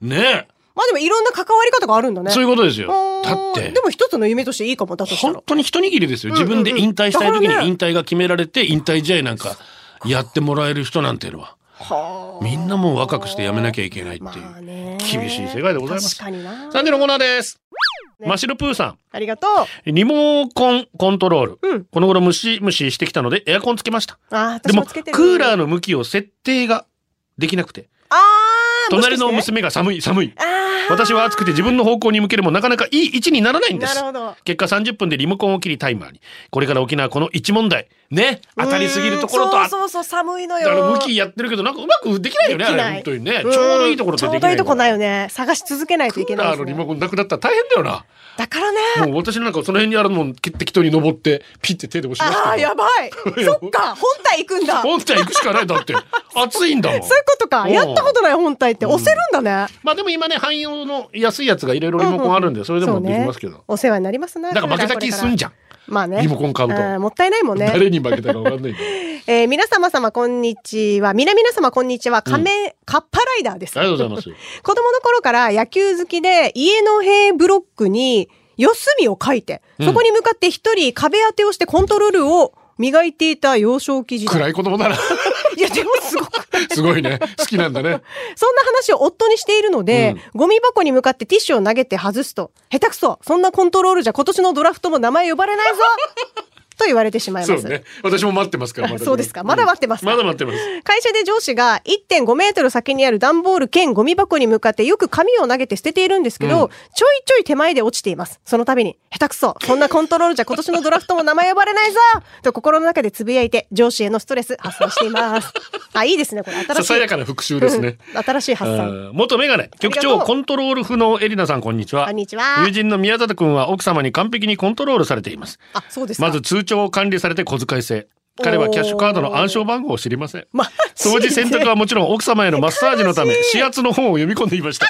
[SPEAKER 3] ね
[SPEAKER 2] まあでもいろんな関わり方があるんだね。
[SPEAKER 3] そういうことですよ
[SPEAKER 2] うん
[SPEAKER 3] だって
[SPEAKER 2] でも一つの夢としていいかも、だとしたら
[SPEAKER 3] 本。当に一握りですよ自分で引退した
[SPEAKER 2] だか
[SPEAKER 3] い時
[SPEAKER 2] ら
[SPEAKER 3] に
[SPEAKER 2] ね
[SPEAKER 3] 引退が決められて引退試合なんかやってもらえる人なんていうのは
[SPEAKER 2] はあ
[SPEAKER 3] みんなもう若くしてやめなきゃいけないっていう
[SPEAKER 2] まあね。
[SPEAKER 3] 厳しい世界でございます
[SPEAKER 2] 確かにな。
[SPEAKER 3] 3時のコーナーです
[SPEAKER 2] ね
[SPEAKER 3] マシロプーさん
[SPEAKER 2] ありがと
[SPEAKER 3] リモコンコントロール、
[SPEAKER 2] うん
[SPEAKER 3] この頃ムシムシしてきたのでエアコンつけました
[SPEAKER 2] う。あー、
[SPEAKER 3] で
[SPEAKER 2] 私
[SPEAKER 3] も
[SPEAKER 2] もつ
[SPEAKER 3] ク
[SPEAKER 2] けてる。
[SPEAKER 3] ーラーの向きを設定ができなくて
[SPEAKER 2] あー、
[SPEAKER 3] 隣の
[SPEAKER 2] もしかして
[SPEAKER 3] 娘が寒い寒い
[SPEAKER 2] あー
[SPEAKER 3] 私は暑くて自分の方向に向けるもなかなかいい位置にならないんで
[SPEAKER 2] な
[SPEAKER 3] す
[SPEAKER 2] るほど。
[SPEAKER 3] 結果30分でリモコンを切りタイマーにこれから沖縄この1問題ね当たりすぎるところと
[SPEAKER 2] う
[SPEAKER 3] あ
[SPEAKER 2] んそうそうそう、寒いの
[SPEAKER 3] だか
[SPEAKER 2] よ。
[SPEAKER 3] ら向きやってるけどなんかうまくできないよね
[SPEAKER 2] でき
[SPEAKER 3] あ
[SPEAKER 2] な
[SPEAKER 3] れ
[SPEAKER 2] い
[SPEAKER 3] 本当にねちょ
[SPEAKER 2] うん
[SPEAKER 3] うどいいところ
[SPEAKER 2] ち
[SPEAKER 3] で
[SPEAKER 2] ょ
[SPEAKER 3] で
[SPEAKER 2] う
[SPEAKER 3] き
[SPEAKER 2] ど
[SPEAKER 3] ない
[SPEAKER 2] いいとこないよ
[SPEAKER 3] ね
[SPEAKER 2] ね。探し続けないといけない
[SPEAKER 3] あ
[SPEAKER 2] です
[SPEAKER 3] の
[SPEAKER 2] ね、
[SPEAKER 3] リモコンなくなったら大変だよな
[SPEAKER 2] だからね。
[SPEAKER 3] もう私なんかその辺にあるもん適当に登ってピッて手で押しますけど
[SPEAKER 2] ああー、やばい。 そっか、本体行くんだ。そういう
[SPEAKER 3] 本体行くしかないだって 暑いんだもん
[SPEAKER 2] ことか。やったことない本体って押せるんだね。
[SPEAKER 3] まあでも今ね汎用の安いやつがいろいろリモコンあるんでそれでも
[SPEAKER 2] そう
[SPEAKER 3] で
[SPEAKER 2] ね
[SPEAKER 3] きますけど、
[SPEAKER 2] お世話になりますな。
[SPEAKER 3] だから負けた気すんじ
[SPEAKER 2] ゃん。
[SPEAKER 3] ゃん、
[SPEAKER 2] まあね。
[SPEAKER 3] リモコン買うと
[SPEAKER 2] あーもったいないもんね。
[SPEAKER 3] 誰に負けたか分かんないんで
[SPEAKER 2] えー、皆様様こんにちは。皆々様こんにちは。仮面、カッパライダーです。。
[SPEAKER 3] ありがとうございます
[SPEAKER 2] 子供の頃から野球好きで、家の塀ブロックに四隅を書いて、そこに向かって一人壁当てをしてコントロールを磨いていた幼少期時代。
[SPEAKER 3] 暗い子供だな
[SPEAKER 2] いや、でもすごく。
[SPEAKER 3] すごいね好きなんだね
[SPEAKER 2] そんな話を夫にしているので、ゴミ箱に向かってティッシュを投げて外すと、下手くそ、そんなコントロールじゃ今年のドラフトも名前呼ばれ ないぞと言われてしまいま
[SPEAKER 3] そう
[SPEAKER 2] す。
[SPEAKER 3] ね私も待って ますからま
[SPEAKER 2] あ
[SPEAKER 3] だ
[SPEAKER 2] そうですか。まだ待ってますか。
[SPEAKER 3] まだ待ってます
[SPEAKER 2] 会社で上司が1.5メートル先にある段ボール兼ゴミ箱に向かってよく紙を投げて捨てているんですけど、ちょいちょい手前で落ちています。その度に、下手くそ、そんなコントロールじゃ今年のドラフトも名前呼ばれないぞと心の中でつぶやいて、上司へのストレス発散しています。 あ、いいですね、これ。新しい。
[SPEAKER 3] ささやかな復習ですね
[SPEAKER 2] うん新しい発
[SPEAKER 3] あ
[SPEAKER 2] 散。
[SPEAKER 3] ー元メガネ局
[SPEAKER 2] あり
[SPEAKER 3] 長
[SPEAKER 2] がとう
[SPEAKER 3] コントロール不能エリナさんこんにちは
[SPEAKER 2] こんにちは
[SPEAKER 3] 友人の宮里くんは奥様に完璧にコントロールされています
[SPEAKER 2] あ、そうですか。
[SPEAKER 3] まず通帳を管理されて小遣い制彼はキャッシュカードの暗証番号を知りません。
[SPEAKER 2] マジ
[SPEAKER 3] 掃除洗濯はもちろん奥様へのマッサージのため、指圧の本を読み込んでいました。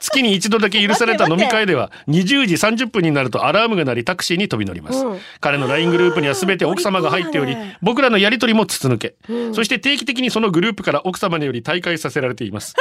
[SPEAKER 3] 月に一度だけ許された飲み会では、20時30分になるとアラームが鳴りタクシーに飛び乗ります。
[SPEAKER 2] うん
[SPEAKER 3] 彼の LINE グループには全て奥様が入っており、僕らのやりとりも筒抜け。そして定期的にそのグループから奥様により退会させられて います。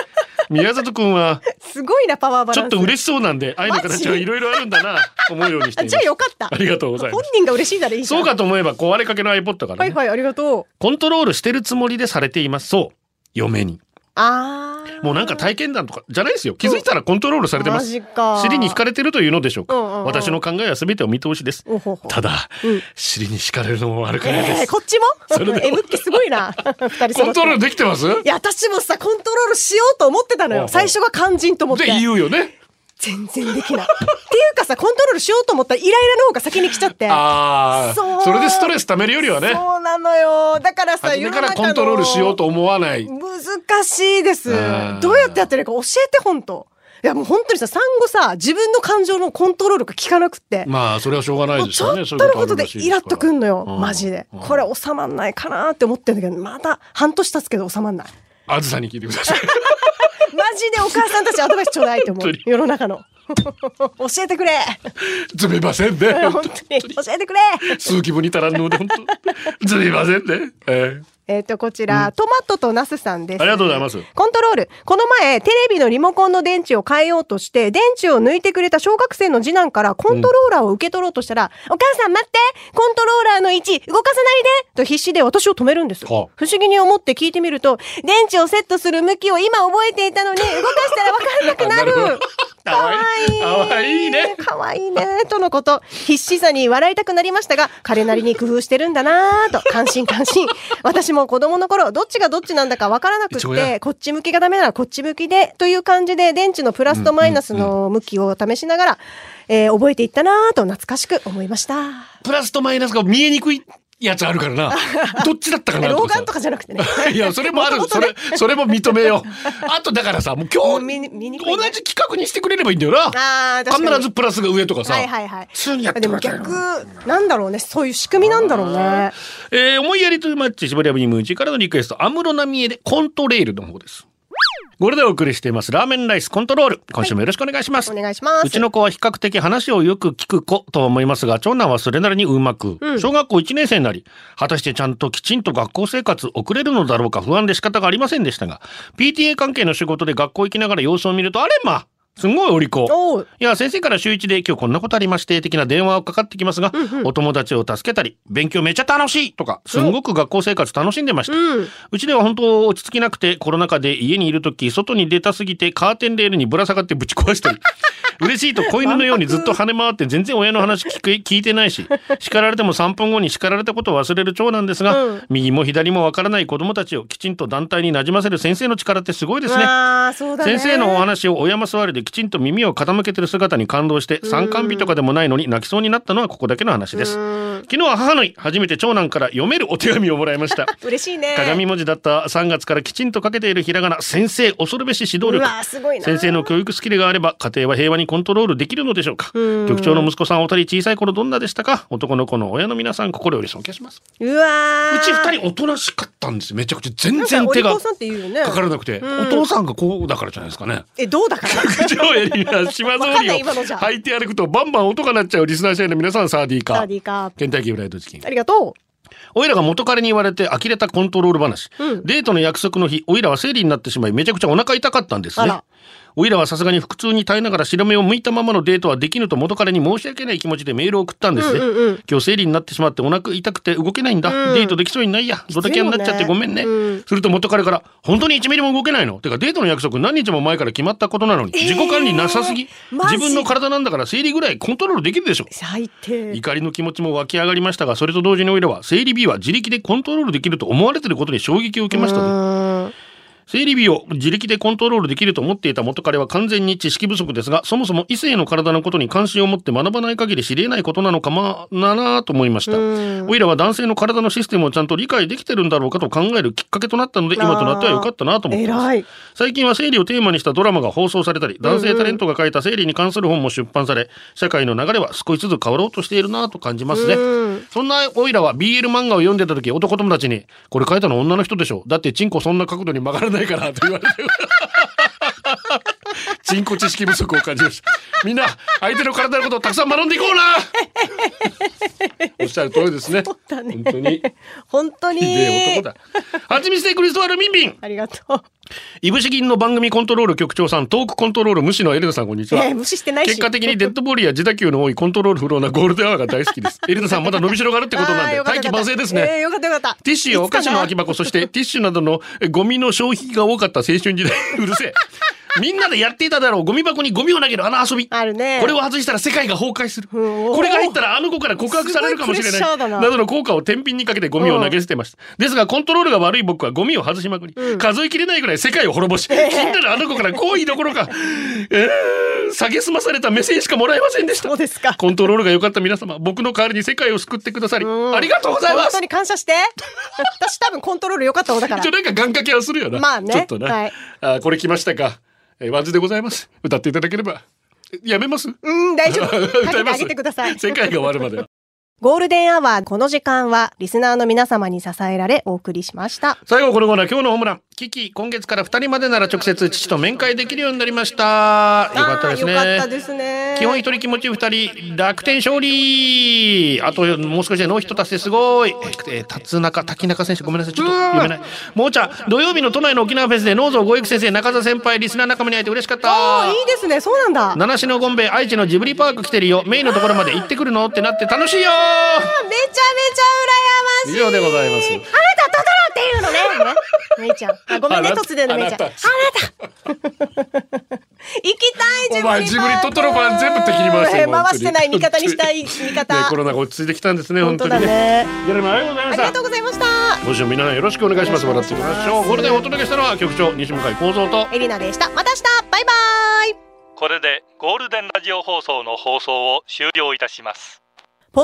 [SPEAKER 3] 宮里くんは、
[SPEAKER 2] すごいな、パワーバ
[SPEAKER 3] ち
[SPEAKER 2] ラ
[SPEAKER 3] ょっ
[SPEAKER 2] ンス。
[SPEAKER 3] と嬉しそうなんで、愛の
[SPEAKER 2] マジ
[SPEAKER 3] 形はいろいろあるんだな、と思うようにしていま
[SPEAKER 2] じ
[SPEAKER 3] す
[SPEAKER 2] ゃあ。よかった。
[SPEAKER 3] ありがとうございます
[SPEAKER 2] 本人が嬉しいならいいじゃん
[SPEAKER 3] そうかと思えば壊れかけの iPod から、ね
[SPEAKER 2] はいはい、ありがとう。
[SPEAKER 3] コントロールしてるつもりでされています。そう。嫁に。
[SPEAKER 2] あー。
[SPEAKER 3] もうなんか体験談とかじゃないですよ。気づいたらコントロールされてま
[SPEAKER 2] マ
[SPEAKER 3] す。
[SPEAKER 2] ジか。
[SPEAKER 3] 尻に惹かれてるというのでしょうか。
[SPEAKER 2] うんうんうん
[SPEAKER 3] 私の考えは全てお見通しです。
[SPEAKER 2] おほほ。
[SPEAKER 3] ただ、
[SPEAKER 2] うん
[SPEAKER 3] 尻に惹かれるのも悪くないで
[SPEAKER 2] えー、
[SPEAKER 3] す。
[SPEAKER 2] こっち
[SPEAKER 3] それ
[SPEAKER 2] も
[SPEAKER 3] で
[SPEAKER 2] ?M っ気すごいな。 二人
[SPEAKER 3] コントロール
[SPEAKER 2] ル
[SPEAKER 3] できてますっ
[SPEAKER 2] いや、私もさ、コントロールしようと思ってたの
[SPEAKER 3] おうお
[SPEAKER 2] よ。
[SPEAKER 3] う
[SPEAKER 2] 最初が肝心と思ってて。
[SPEAKER 3] 言うよね。
[SPEAKER 2] 全然できない。っていうかさ、コントロールしようと思ったらイライラの方が先に来ちゃって。
[SPEAKER 3] ああ、
[SPEAKER 2] そう
[SPEAKER 3] それでストレス溜めるよりはね、
[SPEAKER 2] そうなのよ。だからさ、
[SPEAKER 3] 初めからコントロールしようと思わない。
[SPEAKER 2] 難しいです
[SPEAKER 3] うん。
[SPEAKER 2] どうやってやってるか教えて、本当いや、もう本当にさ、産後さ、自分の感情のコントロールが効かなくって。
[SPEAKER 3] まあ、それはしょうがない
[SPEAKER 2] もう
[SPEAKER 3] です
[SPEAKER 2] ちょ
[SPEAKER 3] よ
[SPEAKER 2] っ
[SPEAKER 3] ね。
[SPEAKER 2] と
[SPEAKER 3] そうい
[SPEAKER 2] の
[SPEAKER 3] うあ
[SPEAKER 2] こと
[SPEAKER 3] る
[SPEAKER 2] で
[SPEAKER 3] らしいす
[SPEAKER 2] イラっとくんのよ、
[SPEAKER 3] うん
[SPEAKER 2] マジで
[SPEAKER 3] うん。
[SPEAKER 2] これ収まんないかなって思ってるんだけど、また半年経つけど収まんない。
[SPEAKER 3] あずさに聞いてください。
[SPEAKER 2] マジでお母さんたちアドバイスちょうだいって思
[SPEAKER 3] 本
[SPEAKER 2] う
[SPEAKER 3] 当に。
[SPEAKER 2] 世の 中の。教えてく れ
[SPEAKER 3] すみませんね。
[SPEAKER 2] 本当に教えてくれ
[SPEAKER 3] 数気分に足らんので、本当。 すみませんね。え
[SPEAKER 2] えっ、と、こちら、トマトとナスさんで
[SPEAKER 3] え
[SPEAKER 2] す。
[SPEAKER 3] ありがとうございます。
[SPEAKER 2] コントロール。この前、テレビのリモコンの電池を変えようとして、電池を抜いてくれた小学生の次男からコントローラーを受け取ろうとしたら、お母さん待ってコントローラーの位置動かさないでと必死で私を止めるんです。不
[SPEAKER 3] はあ
[SPEAKER 2] 思議に思って聞いてみると、電池をセットする向きを今覚えていたのに、動かしたらわかんなく
[SPEAKER 3] な
[SPEAKER 2] な
[SPEAKER 3] る
[SPEAKER 2] る。
[SPEAKER 3] かわいい。かわいいね。
[SPEAKER 2] かわいいねとのこと必死さに笑いたくなりましたが彼なりに工夫してるんだなぁと感心感 心私も子供の頃どっちがどっちなんだかわからなくっ
[SPEAKER 3] 一応や
[SPEAKER 2] てこっち向きがダメならこっち向きでという感じで電池のプラスとマイナスの向きを試しながら、えー覚えていったなぁと懐かしく思いました
[SPEAKER 3] プラスとマイナスが見えにくいやつあるから な。どっちだったかな
[SPEAKER 2] 老
[SPEAKER 3] とかさ
[SPEAKER 2] 眼とかじゃなくてね
[SPEAKER 3] いや、それもある。
[SPEAKER 2] 元
[SPEAKER 3] そ
[SPEAKER 2] 々
[SPEAKER 3] れ
[SPEAKER 2] ね、
[SPEAKER 3] それも認めよう。あとだからさ、もう今
[SPEAKER 2] 見
[SPEAKER 3] 日、
[SPEAKER 2] に見にくい
[SPEAKER 3] 同
[SPEAKER 2] ね
[SPEAKER 3] じ企画にしてくれればいいんだよな。
[SPEAKER 2] あー確かに
[SPEAKER 3] 必ずプラスが上とかさ。
[SPEAKER 2] はいはいはい
[SPEAKER 3] すぐにやって
[SPEAKER 2] で
[SPEAKER 3] く
[SPEAKER 2] も
[SPEAKER 3] ださいよ
[SPEAKER 2] 逆なんだろうねそういう仕組みなんだろうね
[SPEAKER 3] えー思いやりというマッチ、絞りアビニムーチからのリクエスト、安室奈美恵でコントレールの方です。これでお送りしています、ラーメンライスコントロール。今週もよろしくお願いします。
[SPEAKER 2] お願いします
[SPEAKER 3] うちの子は比較的話をよく聞く子とは思いますが、長男はそれなりにうまく、
[SPEAKER 2] うん
[SPEAKER 3] 小学校1年生になり、果たしてちゃんときちんと学校生活送れるのだろうか不安で仕方がありませんでしたが、PTA 関係の仕事で学校行きながら様子を見ると、あれま、すごいお利口。
[SPEAKER 2] おう
[SPEAKER 3] いや、先生から週一で今日こんなことありまして、的な電話がかかってきますが、お友達を助けたり、勉強めちゃ楽しいとか、すんごく学校生活楽しんでました。
[SPEAKER 2] うん
[SPEAKER 3] うちでは本当落ち着きなくて、コロナ禍で家にいるとき、外に出たすぎてカーテンレールにぶら下がってぶち 壊したり。嬉しいと子犬のようにずっと跳ね回って全然親の話聞く聞いてないし、叱られても3分後に叱られたことを忘れる長男ですが、
[SPEAKER 2] うん
[SPEAKER 3] 右も左もわからない子供たちをきちんと団体になじませる先生の力ってすごいですね。
[SPEAKER 2] あーそうだね
[SPEAKER 3] 先生のお話を親山座りできちんと耳を傾けてる姿に感動して参観日とかでもないのに泣きそうになったのはここだけの話です昨日は母の日初めて長男から読めるお手紙をもらいました
[SPEAKER 2] 嬉しいね
[SPEAKER 3] 鏡文字だった3月からきちんと書けているひらがな先生恐るべし指導
[SPEAKER 2] う
[SPEAKER 3] 力
[SPEAKER 2] わすごいな
[SPEAKER 3] 先生の教育スキルがあれば家庭は平和にコントロールできるのでしょうか局長の息子さんお二人小さい頃どんなでしたか男の子の親の皆さん心より尊敬します
[SPEAKER 2] うわー
[SPEAKER 3] うち二人おとなしかったんですよめちゃくちゃ全
[SPEAKER 2] なん
[SPEAKER 3] 然
[SPEAKER 2] かお
[SPEAKER 3] 手
[SPEAKER 2] 利
[SPEAKER 3] が
[SPEAKER 2] 口さんって言うよね
[SPEAKER 3] かからなくて、お父さんがこうだからじゃないです かね
[SPEAKER 2] えどうだから
[SPEAKER 3] 口上襟や島
[SPEAKER 2] わ
[SPEAKER 3] ぞ
[SPEAKER 2] か
[SPEAKER 3] うんりを
[SPEAKER 2] ない今のじゃ
[SPEAKER 3] 履いて歩くとバンバン音が鳴っちゃうリスナー社員の皆さんサーディー
[SPEAKER 2] ダ
[SPEAKER 3] か
[SPEAKER 2] ーディーか
[SPEAKER 3] 倦怠期フライドチキン
[SPEAKER 2] ありがと
[SPEAKER 3] おいらが元彼に言われて呆れたコントロール話、デートの約束の日おいらは生理になってしまいめちゃくちゃお腹痛かったんです
[SPEAKER 2] あ
[SPEAKER 3] ね
[SPEAKER 2] ら
[SPEAKER 3] おいらはさすがに腹痛に耐えながら白目を向いたままのデートはできぬと元彼に申し訳ない気持ちでメールを送ったんですね、今日生理になってしまってお腹痛くて動けないんだ、デートできそうにないやドタキャンになっちゃってごめんねすると元彼から「本当に1ミリも動けないの?」てかデートの約束何日も前から決まったことなのに、自己管理なさすぎ
[SPEAKER 2] マジ
[SPEAKER 3] 自分の体なんだから生理ぐらいコントロールできるでしょ
[SPEAKER 2] う最低
[SPEAKER 3] 怒りの気持ちも湧き上がりましたがそれと同時においらは生理 B は自力でコントロールできると思われてることに衝撃を受けましたと生理日を自力でコントロールできると思っていた元彼は完全に知識不足ですが、そもそも異性の体のことに関心を持って学ばない限り知り得ないことなのかまななと思いました。おいらは男性の体のシステムをちゃんと理解できてるんだろうかと考えるきっかけとなったので、今となっては良かったなと思ってます。
[SPEAKER 2] 偉い。
[SPEAKER 3] 最近は生理をテーマにしたドラマが放送されたり男性タレントが書いた生理に関する本も出版され社会の流れは少しずつ変わろうとしているなと感じますね
[SPEAKER 2] うん
[SPEAKER 3] そんなオイラは BL 漫画を読んでた時男友達に「これ書いたの女の人でしょだってチンコそんな角度に曲がらないから」と言われ て
[SPEAKER 4] 人工知識不足を感じました。みんな、相手の体のことをたくさん学んでいこうな おっしゃる通りですね。
[SPEAKER 2] そうだね
[SPEAKER 4] 本当に。
[SPEAKER 2] 本当に。
[SPEAKER 4] ひでえ男だ。
[SPEAKER 3] はちみつでクリストワルミンビン
[SPEAKER 2] ありがとう。
[SPEAKER 3] いぶし銀の番組コントロール局長さんトークコントロール無視のエルナさんこんにちは
[SPEAKER 2] ねえ無視してないし。
[SPEAKER 3] 結果的にデッドボールや自打球の多いコントロール不良なゴールデンアワーが大好きです。エリナさんまだ伸びしろがあるってことな
[SPEAKER 2] あ
[SPEAKER 3] ん
[SPEAKER 2] ー
[SPEAKER 3] で
[SPEAKER 2] よかっ
[SPEAKER 3] 大
[SPEAKER 2] た
[SPEAKER 3] 気晩成ですね。
[SPEAKER 2] ええよかったよかった。
[SPEAKER 3] ティッシュやお菓子の空き
[SPEAKER 2] 場。
[SPEAKER 3] 箱、そ してティッシュなどのえゴミの消費が多かった青春時代。うる せえ。みんなでやっていただろう。ゴミ箱にゴミを投げるあの遊び。
[SPEAKER 2] あるね。
[SPEAKER 3] これを外したら世界が崩壊する。
[SPEAKER 2] うん
[SPEAKER 3] これが入ったらあの子から告白されるかもしれ
[SPEAKER 2] す
[SPEAKER 3] な
[SPEAKER 2] ごいプレッシャ
[SPEAKER 3] い。
[SPEAKER 2] ーだ
[SPEAKER 3] な
[SPEAKER 2] な
[SPEAKER 3] どの効果を天秤にかけてゴミを投げ捨てました。ですが、コントロールが悪い僕はゴミを外しまくり、数えきれないぐらい世界を滅ぼし、気に なるあの子から好意どころか、えー、下げ済まされた目線しかもらえませんでした
[SPEAKER 2] そう。ですか。
[SPEAKER 3] コントロールが良かった皆様、僕の代わりに世界を救ってくださり、
[SPEAKER 2] うん
[SPEAKER 3] ありがとうございま
[SPEAKER 2] 本
[SPEAKER 3] す
[SPEAKER 2] 当に感謝して。私多分コントロール良かった方だ から
[SPEAKER 3] 一応。なんか願掛けはするよな。
[SPEAKER 2] まあね
[SPEAKER 3] ちょっとな。
[SPEAKER 2] はい
[SPEAKER 3] あーこれ来ましたか。えー、ワンズでございます。歌っていただければ。えやめます
[SPEAKER 2] うん、大丈夫。か
[SPEAKER 3] 歌
[SPEAKER 2] け
[SPEAKER 3] い
[SPEAKER 2] て
[SPEAKER 3] ま
[SPEAKER 2] あ
[SPEAKER 3] す
[SPEAKER 2] げてください。
[SPEAKER 3] 世界が終わるま では。
[SPEAKER 2] ゴールデンアワー、この時間は、リスナーの皆様に支えられ、お送りしました。
[SPEAKER 3] 最後このコーナー、今日のホームラン。キキ、今月から二人までなら直接父と面会できるようになりました。よかったですね。
[SPEAKER 2] あーよかったですね。
[SPEAKER 3] 基本一人気持ち二人楽天勝利あともう少しでノーヒット達成すごいえー辰中滝中選手ごめんなさいちょっと読めないもうちゃん土曜日の都内の沖縄フェスでノーゾーゴイク先生中田先輩リスナー仲間に会えて嬉しかっ
[SPEAKER 2] あ
[SPEAKER 3] た
[SPEAKER 2] あ、いいですね。そうなんだ。めっ
[SPEAKER 3] 七種のゴンベイ愛知のジブリパーク来てるよメインのところまで行ってくるのってなって楽しいよ
[SPEAKER 2] ちゃめちゃ羨ましい。
[SPEAKER 3] 以上でございます
[SPEAKER 2] あなた、トトロっていうのね。ねめいちゃん。あごめんね、
[SPEAKER 4] あなた
[SPEAKER 2] 突然のめいちゃん。
[SPEAKER 4] あ
[SPEAKER 2] あな
[SPEAKER 4] なた。
[SPEAKER 2] た行きたい、ジブリ
[SPEAKER 4] お前ジブリトトロ版全部敵に回して
[SPEAKER 2] え
[SPEAKER 4] る
[SPEAKER 2] ー回してない、味方にしたい、味
[SPEAKER 3] ねコ
[SPEAKER 2] 方。
[SPEAKER 3] ロナが落ち着いてきたんですね
[SPEAKER 2] 本
[SPEAKER 3] 本
[SPEAKER 2] 当
[SPEAKER 3] 当
[SPEAKER 2] だ
[SPEAKER 3] にね
[SPEAKER 2] ね。
[SPEAKER 3] いやでもありがとうござい
[SPEAKER 2] あ
[SPEAKER 3] ま
[SPEAKER 2] り
[SPEAKER 3] した
[SPEAKER 2] がとうございました。
[SPEAKER 3] 今週も皆さんよろしくお願いします笑っていきましょうゴールデンをお届けしたのは局長西向井光三と
[SPEAKER 2] エリナでした。また明日。バイバイ。
[SPEAKER 5] これでゴールデンラジオ放送の放送を終了いたします
[SPEAKER 2] ポ